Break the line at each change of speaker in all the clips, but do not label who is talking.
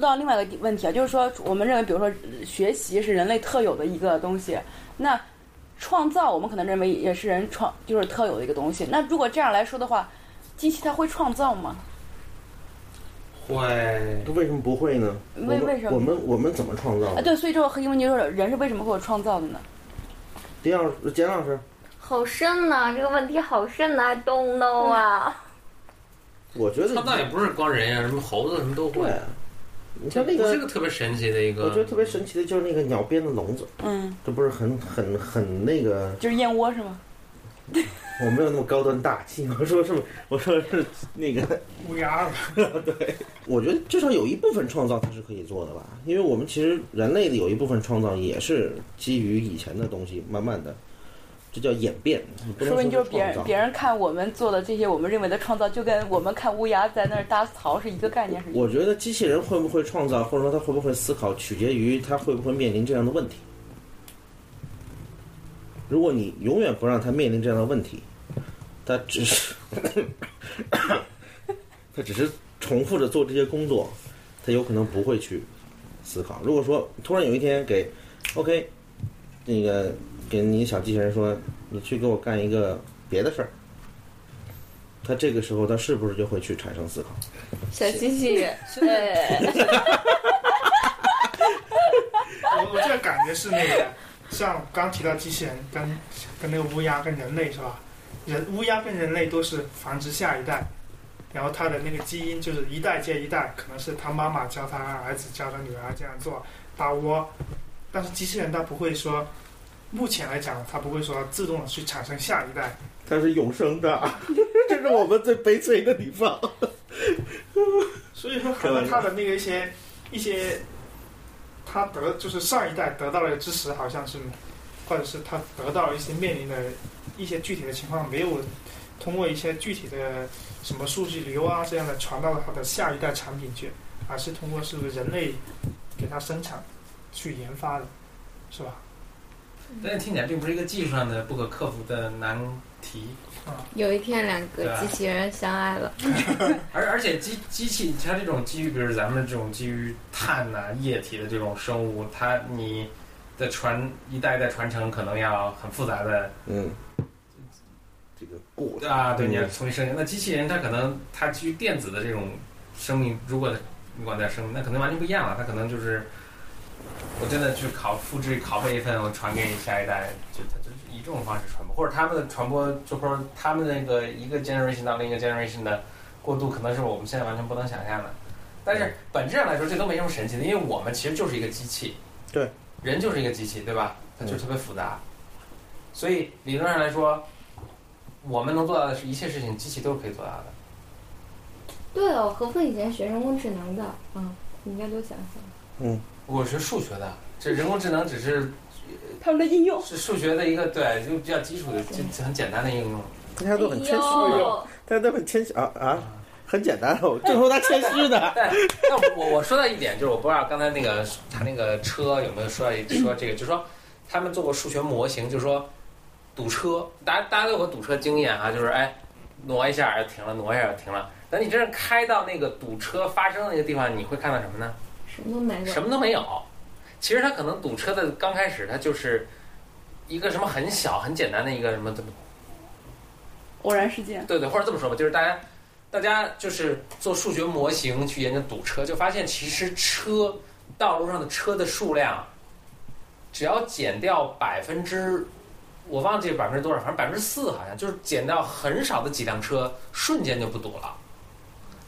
到另外一个问题啊，就是说我们认为，比如说呃学习是人类特有的一个东西，那创造我们可能认为也是人创就是特有的一个东西。那如果这样来说的话，机器它会创造吗？
会
为什么不会呢？
为
我们
为什么
我们我们怎么创造
啊，
的？
对，所以这个核心问题就是人是为什么会有创造的呢？
丁老师，简老师，
好深呐、这个问题好深呐、i don't know 啊。
我觉得
它倒也不是光人呀，什么猴子什么都会
对。。啊你
这
像那
不是
个，
个特别神奇的一个，
我觉得特别神奇的就是那个鸟编的笼子，
嗯，
这不是很很很那个？
就是燕窝是吗？
我没有那么高端大气，我说是，我说是那个
乌鸦吧，
我觉得至少有一部分创造它是可以做的吧，因为我们其实人类的有一部分创造也是基于以前的东西，慢慢的，这叫演变，你不
说
能
不定就是
是
别
创
人
造。
别人看我们做的这些我们认为的创造，就跟我们看乌鸦在那儿搭巢是一个概念，是一样
我觉得机器人会不会创造，或者说它会不会思考，取决于它会不会面临这样的问题。如果你永远不让它面临这样的问题，它只是， 它只是重复着做这些工作，它有可能不会去思考。如果说突然有一天给，OK，那个给你小机器人说，你去给我干一个别的事儿，它这个时候它是不是就会去产生思考？
小机器人，对，
我我这感觉是那个，像刚提到机器人跟跟那个乌鸦跟人类是吧？嗯人乌鸦跟人类都是繁殖下一代，然后它的那个基因就是一代接一代，可能是他妈妈教他儿子教他女儿这样做搭窝，但是机器人它不会说，目前来讲它不会说自动的去产生下一代，
它是永生的， 这是我们最悲催的地方。
所以说，可能他的那个一些一些，他得就是上一代得到了知识，好像是，或者是他得到了一些面临的一些具体的情况，没有通过一些具体的什么数据流啊这样的传到他的下一代产品去，而是通过是人类给他生产去研发的，是吧？
但是听起来并不是一个技术上的不可克服的难题，
有一天两个机器人相爱了，
而而且机机器它这种基于，比如咱们这种基于碳呐、液体的这种生物，它你的传一代一代传承，可能要很复杂的
嗯，这个过
啊，对，你要
嗯
重新生命。那机器人它可能它基于电子的这种生命，如果你管它生命，那可能完全不一样了。它可能就是我真的去拷复制拷贝一份，我传给下一代，就它就是以这种方式传播，或者他们的传播，就或者他们那个一个 generation 到另一个 generation 的过渡，可能是我们现在完全不能想象的。但是本质上来说，这都没什么神奇的，因为我们其实就是一个机器，
对，
人就是一个机器，对吧？它就特别复杂，所以理论上来说。我们能做到的是一切事情，机器都是可以做到的。
对哦，何峰以前学人工智能的，嗯，你应该都想想。
我学数学的，这人工智能只是
他们的应用。
是数学的一个对，就比较基础的、就就很简单的应用。
大家都很谦虚
哎
的，
呦
大家都很谦虚啊啊，很简单哦，正说他谦虚的。
但但我我说到一点，就是我不知道刚才那个他那个车有没有说到一说这个，就是说他们做过数学模型，就是说堵车，大家大家都有个堵车经验啊，就是哎挪一下就停了，挪一下就停了。等你真正开到那个堵车发生的那个地方，你会看到什么呢？
什么都没
什
有，
么都没有。其实他可能堵车的刚开始，他就是一个什么很小很简单的一个什么怎么
偶然事件，
对对，或者这么说吧，就是大家大家就是做数学模型去研究堵车，就发现其实车道路上的车的数量，只要减掉百分之。我忘记百分之多少，反正百分之四好像就是减掉很少的几辆车，瞬间就不堵了。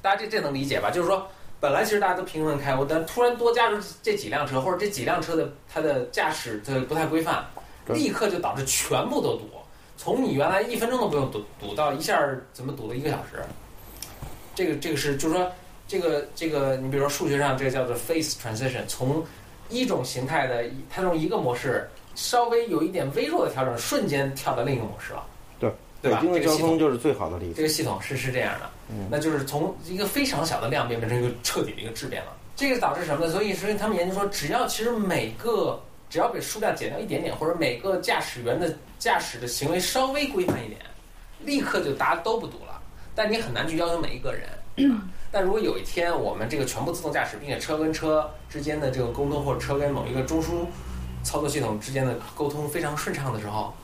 大家这这能理解吧？就是说，本来其实大家都平衡开，我但突然多加入这几辆车，或者这几辆车的它的驾驶它不太规范，
对
立刻就导致全部都堵。从你原来一分钟都不用堵堵到一下儿怎么堵了一个小时，这个这个是就是说这个这个你比如说数学上这个叫做 phase transition，从一种形态的它用一个模式稍微有一点微弱的调整，瞬间跳到另一个模式了。
对
对
北
吧？
京的
这个
交
系统
通就是最好的例
这
子。
个系统是是这样的，
嗯
那就是从一个非常小的量变变成一个彻底的一个质变了。这个导致什么呢？所以所以他们研究说，只要其实每个只要给数量减掉一点点，或者每个驾驶员的驾驶的行为稍微规范一点，立刻就大家都不堵了。但你很难去要求每一个人。但如果有一天我们这个全部自动驾驶，并且车跟车之间的这个沟通，或者车跟某一个中枢操作系统之间的沟通非常顺畅的时候，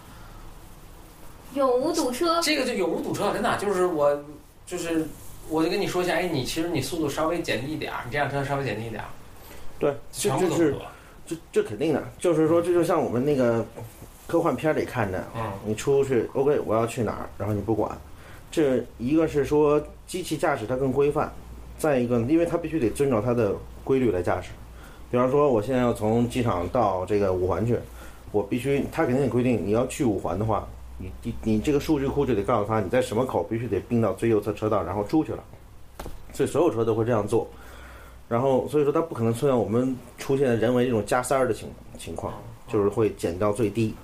永无堵车，
这个就永无堵车了，真的就是我就是我就跟你说一下，哎，你其实你速度稍微减低一点儿，你这辆车稍微减低一点儿，
对，这
全部
这
都
是
合
这这肯定的，就是说这就像我们那个科幻片里看的，
嗯
你出去 OK 我要去哪儿，然后你不管，这一个是说机器驾驶它更规范，再一个因为它必须得遵照它的规律来驾驶，比方说我现在要从机场到这个五环去，我必须它肯定得规定你要去五环的话。你你你这个数据库就得告诉他你在什么口必须得并到最右侧车道，然后出去了，所以所有车都会这样做。然后所以说它不可能出现我们出现人为这种加塞儿的情情况，就是会减到最低。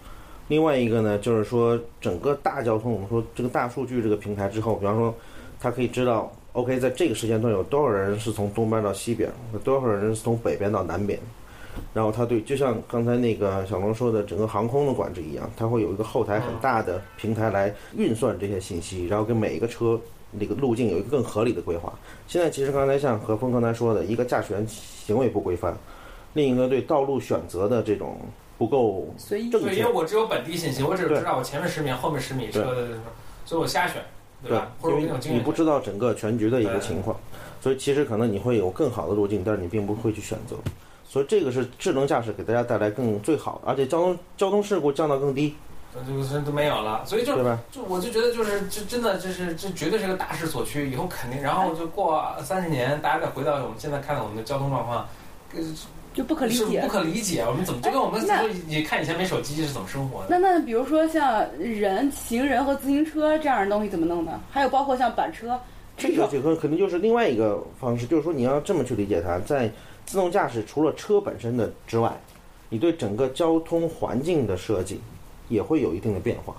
另外一个呢，就是说整个大交通，我们说这个大数据这个平台之后，比方说它可以知道，OK，在这个时间段有多少人是从东边到西边，有多少人是从北边到南边。然后它对，就像刚才那个小龙说的，整个航空的管制一样，它会有一个后台很大的平台来运算这些信息，然后给每一个车那个路径有一个更合理的规划。现在其实刚才像何峰刚才说的，一个驾驶员行为不规范，另一个对道路选择的这种不够
随意。
正
对，
确
因为。我只有本地信息，我只
对
知道我前面十米、后面十米车的，所以我瞎选，对
对
吧？，或者我
因
没
为
有经
你
验
不
选。
知道整个全局的一个情况，所以其实可能你会有更好的路径，但是你并不会去选择。所以这个是智能驾驶给大家带来更最好的，而且交通交通事故降到更低，
呃这个都没有了，所以就
对吧？
就我就觉得就是这真的就是这绝对是个大势所趋，以后肯定，然后就过三十年，大家再回到我们现在看到我们的交通状况，
就不可理
是
解
不。可理解，我们怎么就跟我们
哎
就你看以前没手机是怎么生活的？
那那比如说像人、行人和自行车这样的东西怎么弄呢？还有包括像板车
这个
种，
这个可能就是另外一个方式，就是说你要这么去理解它，在自动驾驶除了车本身的之外，你对整个交通环境的设计也会有一定的变化。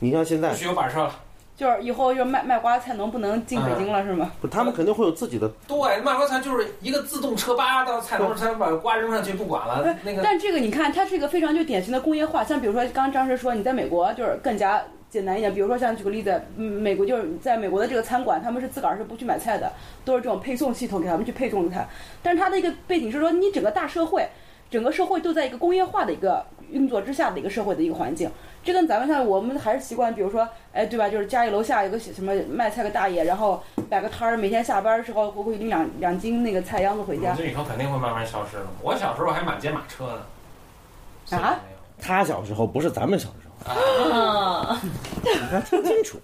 你像现
不
在，
许有板车了，
就是以后就是卖卖瓜菜农不能进北京了、是吗？
不他们肯定会有自己的，
对，卖瓜菜就是一个自动车叭到菜农，他把瓜扔上去不管了，那个
但这个你看，它是一个非常就典型的工业化，像比如说刚刚张石说，你在美国就是更加简单一点，比如说像举个例子，嗯美国就是在美国的这个餐馆，他们是自个儿是不去买菜的，都是这种配送系统给他们去配送的菜。但是它的一个背景是说，你整个大社会，整个社会都在一个工业化的一个运作之下的一个社会的一个环境。这跟咱们像我们还是习惯，比如说，哎，对吧？就是家里楼下有个什么卖菜的大爷，然后摆个摊儿，每天下班之后过去拎两两斤那个菜秧子回
我
家
觉。得以后肯定会慢慢消失的。我小时候还满街马车呢，现在
啊
没有
他小时候不是咱们小 时候，
啊，
你看听清楚，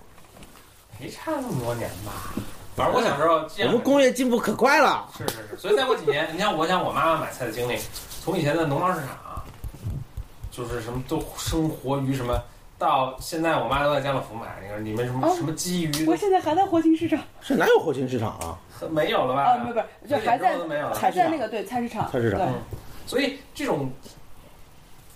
没差那么多年吧。反正我小时候，这
我
样
们工业进步可快了。
是是是，所以再过几年，你像我想我妈妈买菜的经历，从以前的农贸市场，啊就是什么都生活鱼什么，到现在我妈都在家乐福买那个里面什么、
哦
什么鲫鱼
我现在还在活情市场。
是哪有活禽市场啊？
都没有了吧？
啊，不是不是，就
一点
还在
肉都没有了
还在那个对菜市场，
菜市场
对
嗯所以这种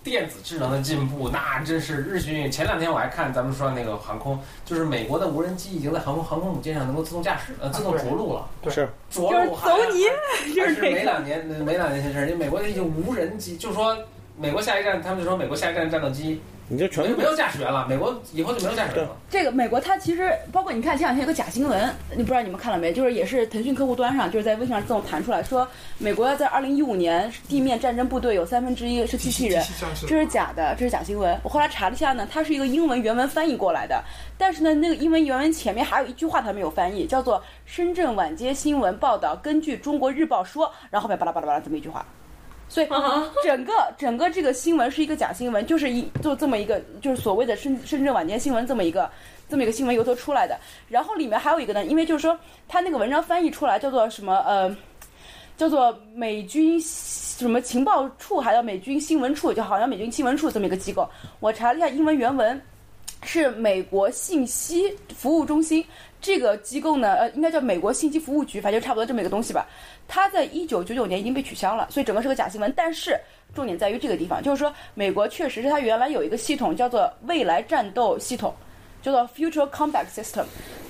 电子智能的进步，那真是日新月异。前两天我还看咱们说的那个航空，就是美国的无人机已经在航空航空母舰上能够自动驾驶，呃，自动
对
着陆了，
对
是
着
啊就是
陆还
走你就
还
是
是
这
没
个。
两年，没两年前的事儿。因为美国已经无人机，就是说美国下一站，他们就说美国下一站战斗机
你就
没
全
有
部
没有驾驶员了，美国以后就没有驾驶员了。
这个美国它其实包括你看前两天有个假新闻，你不知道你们看了没？就是也是腾讯客户端上，就是在微信上自动弹出来说，美国在二零一五年地面战争部队有三分之一是机器人。
上市
这是假的，这是假新闻。我后来查了一下呢，它是一个英文原文翻译过来的，但是呢，那个英文原文前面还有一句话它没有翻译，叫做“深圳晚间新闻报道，根据中国日报说”，然后后面巴拉巴拉巴拉这么一句话。所以整个整个这个新闻是一个假新闻，就是一就这么一个就是所谓的深深圳晚间新闻这么一个这么一个新闻由头出来的。然后里面还有一个呢，因为就是说他那个文章翻译出来叫做什么呃，叫做美军什么情报处，还有美军新闻处，就好像美军新闻处这么一个机构。我查了一下英文原文，是美国信息服务中心。这个机构呢，呃，应该叫美国信息服务局，反正就差不多这么一个东西吧。它在一九九九年已经被取消了，所以整个是个假新闻。但是重点在于这个地方，就是说美国确实是它原来有一个系统叫做未来战斗系统，叫做 Future Combat System。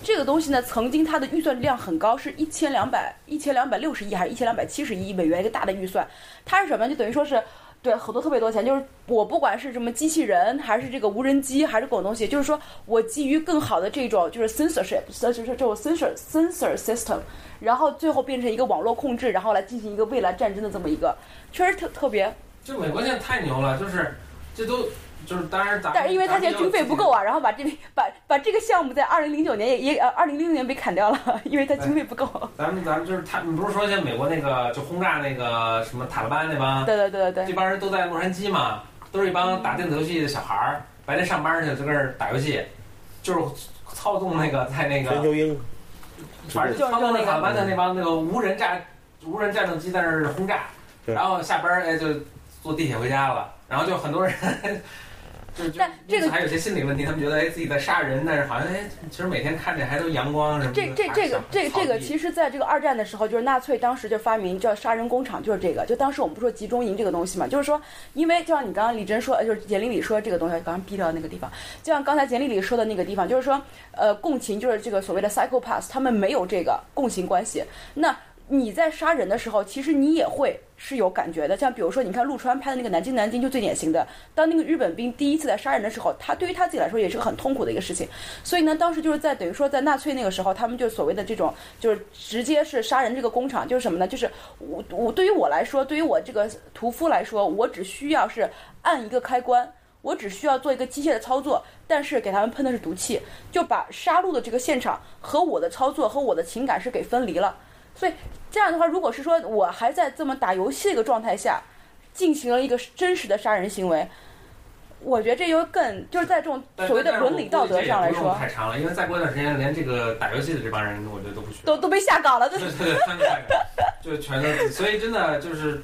这个东西呢，曾经它的预算量很高，是一千两百一千两百六十亿还是一千两百七十亿美元一个大的预算。它是什么？就等于说是对，很多特别多钱，就是我不管是什么机器人，还是这个无人机，还是各种东西，就是说我基于更好的这种就是 censorship，就是这种 censor censor system，然后最后变成一个网络控制，然后来进行一个未来战争的这么一个，确实特特别，
就美国现在太牛了，就是这都就是当然咱们，
但是因为他
咱们
现在军费不够啊，然后把这把把这个项目在二零零九年也也呃二零零六年被砍掉了，因为他经费不够。
要。咱们咱们就是他，你不是说现在美国那个就轰炸那个什么塔利班那帮，
对对对对
这
对，
帮人都在洛杉矶嘛，都是一帮打电子游戏的小孩儿，白天上班去就跟那儿打游戏，就是操纵那个在那
全
个，
球鹰，
反正
就是
操纵那
那个
塔利班的那帮那个无人战无人战斗机在那儿轰炸，
对
然后下班儿哎就坐地铁回家了，然后就很多人就。就
但这个
还有些心理问题，他们觉得哎自己在杀人，但是好像哎其实每天看着还都阳光什么的。
这这这个这这个，其实在这个二战的时候，就是纳粹当时就发明叫杀人工厂，就是这个。就当时我们不说集中营这个东西嘛，就是说，因为就像你刚刚李真说，呃就是简历里说这个东西，刚刚逼到那个地方，就像刚才简历里说的那个地方，就是说，呃，共情就是这个所谓的 psychopath，他们没有这个共情关系。那你在杀人的时候，其实你也会是有感觉的。像比如说，你看陆川拍的那个《南京南京》就最典型的，当那个日本兵第一次在杀人的时候，他对于他自己来说也是个很痛苦的一个事情。所以呢，当时就是在等于说在纳粹那个时候，他们就所谓的这种就是直接是杀人这个工厂，就是什么呢？就是我我对于我来说，对于我这个屠夫来说，我只需要是按一个开关。我只需要做一个机械的操作，但是给他们喷的是毒气，就把杀戮的这个现场和我的操作和我的情感是给分离了。所以这样的话，如果是说我还在这么打游戏的一个状态下，进行了一个真实的杀人行为，我觉得这就更就是在这种
但
所谓的
但是我
伦理道德上来
估计这
说
也不用，太长了，因为再过一段时间，连这个打游戏的这帮人，我觉得都不学了。
都都被下岗了，都
对对对，翻过来，就全都，所以真的就是